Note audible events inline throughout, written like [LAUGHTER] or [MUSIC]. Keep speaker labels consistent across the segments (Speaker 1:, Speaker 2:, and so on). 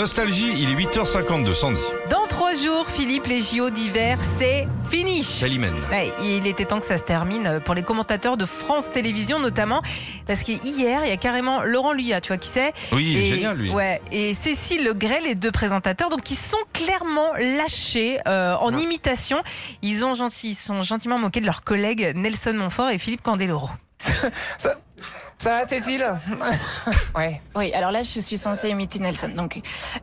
Speaker 1: Nostalgie, il est 8h52, Sandy.
Speaker 2: Dans trois jours, Philippe, les JO d'hiver, c'est fini.
Speaker 1: Chalimène.
Speaker 2: Ouais, il était temps que ça se termine euh, pour les commentateurs de France Télévisions notamment, parce qu'hier, il y a carrément Laurent Luya, tu vois qui c'est
Speaker 1: Oui,
Speaker 2: et,
Speaker 1: génial, lui.
Speaker 2: Ouais, et Cécile Le Gray, les deux présentateurs, donc qui sont clairement lâchés euh, en imitation. Ils ont gentil, ils sont gentiment moqués de leurs collègues Nelson Montfort et Philippe Candeloro.
Speaker 3: Ça, ça va, Cécile Ouais.
Speaker 4: Oui, alors là, je suis censée imiter Nelson. Donc,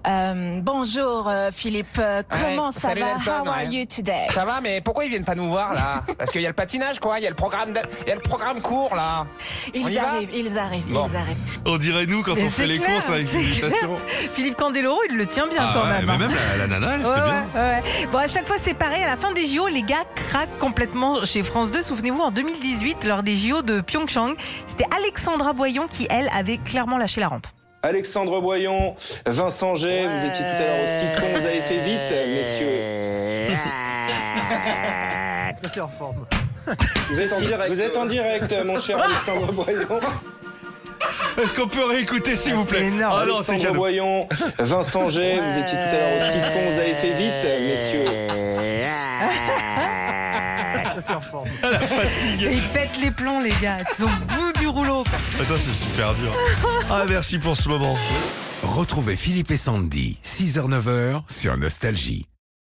Speaker 4: euh, bonjour euh, Philippe, Euh, comment ça
Speaker 3: salut
Speaker 4: va?
Speaker 3: Nelson,
Speaker 4: How are
Speaker 3: ouais.
Speaker 4: you today?
Speaker 3: Ça va, mais pourquoi ils viennent pas nous voir, là Parce qu'il y a le patinage, quoi. Il y a le programme, d'a- il y a le programme court, là. On y
Speaker 4: Ils
Speaker 3: va
Speaker 4: arrivent, ils arrivent,
Speaker 3: Bon.
Speaker 4: ils arrivent.
Speaker 1: On dirait nous quand
Speaker 2: Mais
Speaker 1: on
Speaker 2: c'est
Speaker 1: fait les
Speaker 2: clair,
Speaker 1: courses avec
Speaker 2: c'est
Speaker 1: l'imitation.
Speaker 2: Philippe Candeloro, il le tient bien
Speaker 1: Ah
Speaker 2: quand
Speaker 1: ouais,
Speaker 2: même.
Speaker 1: mais
Speaker 2: hein.
Speaker 1: même la, la nana, elle
Speaker 2: Ouais,
Speaker 1: fait bien.
Speaker 2: ouais, ouais. Bon, à chaque fois, c'est pareil. À la fin des JO, les gars craquent complètement chez France 2. Souvenez-vous, en 2018, lors des JO de Pyeongchang, c'était Alexandra Boyon qui, elle, avait clairement lâché la rampe.
Speaker 5: Alexandre Boyon, Vincent Gay, vous étiez tout à l'heure au ski de fond, vous avez fait vite, messieurs. Vous êtes en direct, vous êtes en direct, mon cher Alexandre Boyon.
Speaker 1: Est-ce qu'on peut réécouter, s'il vous plaît
Speaker 2: C'est énorme.
Speaker 1: Ah non, c'est
Speaker 5: Alexandre
Speaker 1: cadeau.
Speaker 5: Boyon, Vincent Gay, vous étiez tout à l'heure au ski de fond, vous avez fait vite, messieurs.
Speaker 2: Et ils pètent les plombs, les gars. Ils sont au bout du rouleau. quoi.
Speaker 1: Attends, c'est super [LAUGHS] dur. Ah, merci pour ce moment.
Speaker 6: Retrouvez Philippe et Sandy, 6h-9h sur Nostalgie.